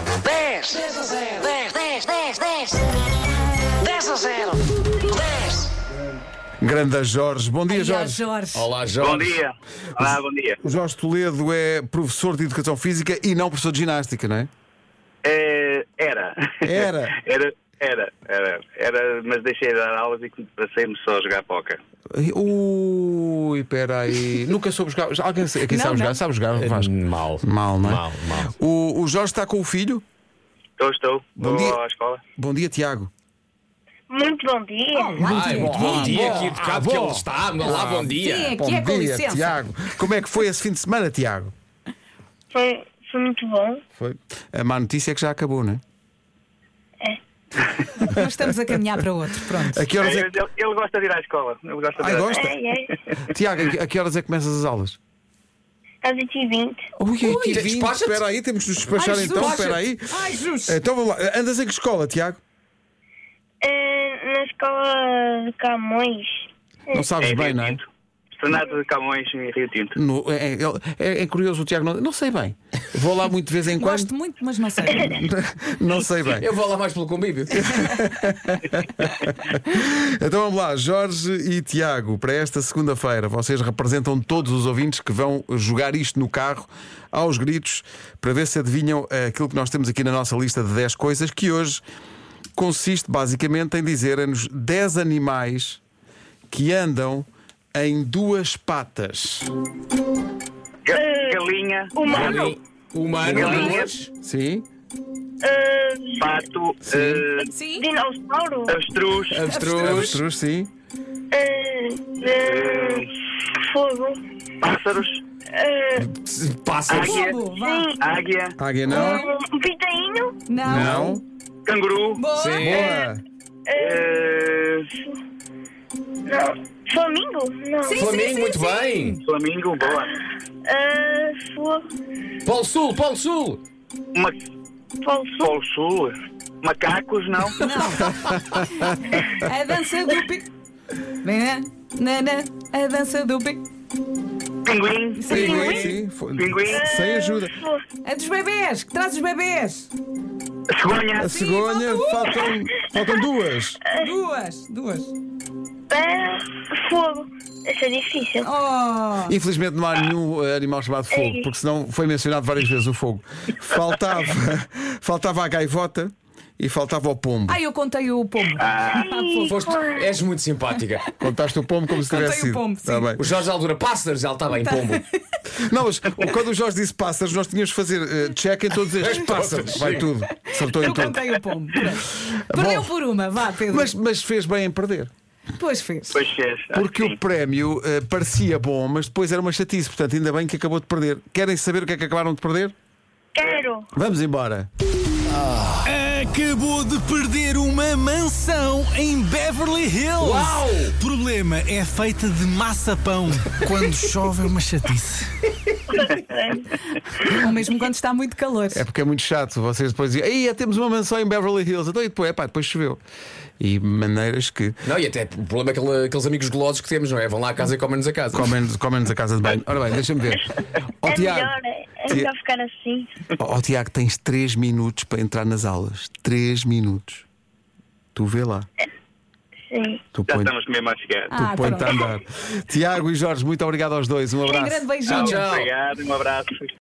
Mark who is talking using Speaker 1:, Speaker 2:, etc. Speaker 1: 10, 10 a 0. 10, 10, 10, 10. 10 a 0. 10.
Speaker 2: Grande Jorge. Bom dia,
Speaker 3: Ai, ó,
Speaker 2: Jorge.
Speaker 3: Jorge.
Speaker 4: Olá, Jorge.
Speaker 5: Bom dia. Olá, bom dia.
Speaker 2: O Jorge Toledo é professor de educação física e não professor de ginástica, não é?
Speaker 5: Eh, era.
Speaker 2: Era.
Speaker 5: era. Era, era, era, mas deixei de dar aulas e passei-me só a jogar poca.
Speaker 2: Ui, peraí. Nunca soube jogar. Já Alguém aqui
Speaker 3: Não,
Speaker 2: sabe
Speaker 3: não.
Speaker 2: jogar? Sabe jogar, Vasco?
Speaker 4: Mal.
Speaker 2: Mal, não é?
Speaker 4: Mal, mal.
Speaker 2: O, o Jorge está com o filho?
Speaker 5: Estou, Então estou.
Speaker 2: Bom
Speaker 5: Vou
Speaker 2: dia.
Speaker 5: à escola.
Speaker 2: Bom dia, Tiago.
Speaker 6: Muito bom dia.
Speaker 4: Ai, bom,
Speaker 2: bom,
Speaker 4: dia,
Speaker 2: bom.
Speaker 4: que educado
Speaker 2: Ah,
Speaker 4: que
Speaker 2: bom.
Speaker 4: ele está. Mas lá, bom dia.
Speaker 3: Sim, aqui
Speaker 2: Bom
Speaker 3: é com
Speaker 2: dia,
Speaker 3: licença.
Speaker 2: Tiago. Como é que foi esse fim de semana, Tiago?
Speaker 6: Foi, foi muito bom.
Speaker 2: Foi. A má notícia é que já acabou, não é?
Speaker 3: Nós estamos a caminhar para outro. Pronto.
Speaker 2: A que horas é
Speaker 5: Ele,
Speaker 2: que...
Speaker 5: ele gosta de ir à escola. Ele gosta de
Speaker 2: Ai,
Speaker 5: ir à
Speaker 2: gosta?
Speaker 6: Ai, ai.
Speaker 2: Tiago, a que- a que horas é que começas as aulas?
Speaker 6: Às 8h20.
Speaker 2: Ui,
Speaker 4: Ui,
Speaker 2: vinte,
Speaker 4: despacha-te.
Speaker 2: espera aí, temos de nos despachar
Speaker 3: Ai,
Speaker 2: então,
Speaker 3: Jesus.
Speaker 2: espera aí.
Speaker 3: Ai, Jesus.
Speaker 2: Então vamos lá, andas em que escola, Tiago?
Speaker 6: Eh, na escola de Camões.
Speaker 2: Não sabes
Speaker 5: É,
Speaker 2: bem,
Speaker 5: Rio
Speaker 2: não é?
Speaker 5: Tinto. Fernando de Camões e Rio Tinto.
Speaker 2: No- é, é- é- é curioso o Tiago, não, não sei bem. Vou lá muito de vez em
Speaker 3: Gosto
Speaker 2: quando,
Speaker 3: muito, mas não sei.
Speaker 2: não sei bem.
Speaker 4: Eu vou lá mais pelo convívio.
Speaker 2: Então vamos lá, Jorge e Tiago, para esta segunda-feira, vocês representam todos os ouvintes que vão jogar isto no carro aos gritos para ver se adivinham eh, aquilo que nós temos aqui na nossa lista de 10 coisas, que hoje consiste basicamente em dizerem-nos 10 animais que andam em duas patas.
Speaker 5: Ga- Galinha, um
Speaker 6: Humano.
Speaker 4: Humano,
Speaker 5: Galinhas.
Speaker 2: Sim?
Speaker 6: Eh,
Speaker 5: pato,
Speaker 2: Sim.
Speaker 5: eh,
Speaker 3: Sim?
Speaker 6: dinossauro.
Speaker 5: avestruz,
Speaker 4: avestruz,
Speaker 2: Avestruz, sim.
Speaker 6: Eh, eh, fogo.
Speaker 5: pássaros,
Speaker 6: Eh,
Speaker 3: Ah,
Speaker 4: pássaros.
Speaker 5: águia,
Speaker 3: Fogo, vá.
Speaker 5: águia,
Speaker 2: Águia não?
Speaker 6: um pitainho.
Speaker 3: Não.
Speaker 2: Não.
Speaker 5: canguru,
Speaker 3: Boa.
Speaker 4: Sim.
Speaker 2: Boa! É.
Speaker 5: eh,
Speaker 6: Não. Flamingo? Não.
Speaker 3: Sim,
Speaker 4: Flamengo,
Speaker 3: sim,
Speaker 4: muito
Speaker 3: sim.
Speaker 4: bem.
Speaker 5: flamingo, boa.
Speaker 6: Eh, fogo.
Speaker 4: Polo Sul, Polo Sul.
Speaker 5: Uma,
Speaker 6: Polo Sul.
Speaker 5: Polo Sul, macacos, não.
Speaker 3: A dança do pi. Né, Nanã, nanã, a dança do pi.
Speaker 5: Pinguim,
Speaker 2: Pinguim, sim. Foi-
Speaker 5: pinguim,
Speaker 2: Sem ajuda.
Speaker 6: Fogo.
Speaker 3: A dos bebês, que traz os bebês.
Speaker 5: cegonha,
Speaker 2: A cegonha,
Speaker 3: falta
Speaker 2: faltam, faltam duas.
Speaker 3: Duas, duas.
Speaker 6: Eh, fogo. Isso é difícil.
Speaker 3: Oh.
Speaker 2: Infelizmente não há nenhum eh, animal chamado
Speaker 3: É
Speaker 2: fogo, porque senão foi mencionado várias vezes o fogo. Faltava, faltava a gaivota e faltava o pombo.
Speaker 3: Ai, eu contei o pombo.
Speaker 4: Foste, és muito simpática.
Speaker 2: Contaste o pombo como se
Speaker 3: Contei
Speaker 2: tivesse
Speaker 3: o
Speaker 2: sido.
Speaker 3: pombo,
Speaker 2: Está
Speaker 3: sim.
Speaker 2: bem.
Speaker 4: O Jorge Aldura, pássaros, ele está bem, pombo.
Speaker 2: Não, mas quando o Jorge disse pássaros, nós tínhamos de fazer eh, check em todos estes pássaros. Vai tudo. Acertou em
Speaker 3: Eu
Speaker 2: tudo.
Speaker 3: contei o pombo. Pronto. Perdeu por uma, vá, Pedro.
Speaker 2: Então. Mas, mas fez bem em perder.
Speaker 3: Depois fez.
Speaker 5: Pois é, acho
Speaker 2: Porque
Speaker 5: que
Speaker 2: o
Speaker 5: sim.
Speaker 2: prémio eh, parecia bom, mas depois era uma chatice. Portanto, ainda bem que acabou de perder. Querem saber o que é que acabaram de perder?
Speaker 6: Quero.
Speaker 2: Vamos embora.
Speaker 7: Acabou de perder uma mansão em Beverly Hills.
Speaker 4: Uau!
Speaker 7: Problema é feita de maçapão. Quando chove é uma chatice.
Speaker 6: Eh,
Speaker 3: Ou mesmo quando está muito calor.
Speaker 2: É porque é muito chato. Vocês depois dizem, aí temos uma mansão em Beverly Hills. Então, e depois, epá, depois choveu. E maneiras que
Speaker 4: Não, e até o problema é aquele- aqueles amigos golosos que temos, não é? Vão lá à casa e comem-nos a casa.
Speaker 2: comem-nos comem a casa de banho. Ora bem, deixa-me ver. Ó
Speaker 6: É melhor.
Speaker 2: Tiago,
Speaker 6: É melhor ficar assim.
Speaker 2: ó, ó, Tiago, tens 3 minutos para entrar nas aulas. 3 minutos. Tu vê lá.
Speaker 6: Sim.
Speaker 2: Tu
Speaker 5: Já
Speaker 2: põe-
Speaker 5: estamos mesmo a chegar.
Speaker 3: Ah,
Speaker 2: põe-te a
Speaker 3: pronto.
Speaker 2: andar. Tiago e Jorge, muito obrigado aos dois. Um
Speaker 3: Um
Speaker 2: abraço.
Speaker 3: grande beijinho.
Speaker 4: Tchau.
Speaker 5: Então, Obrigado, um abraço.